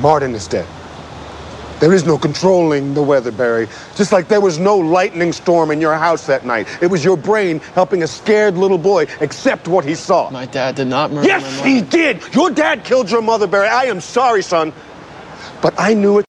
Martin is dead. There is no controlling the weather, Barry. Just like there was no lightning storm in your house that night. It was your brain helping a scared little boy accept what he saw. My dad did not murder Yes, my mother. he did. Your dad killed your mother, Barry. I am sorry, son. But I knew it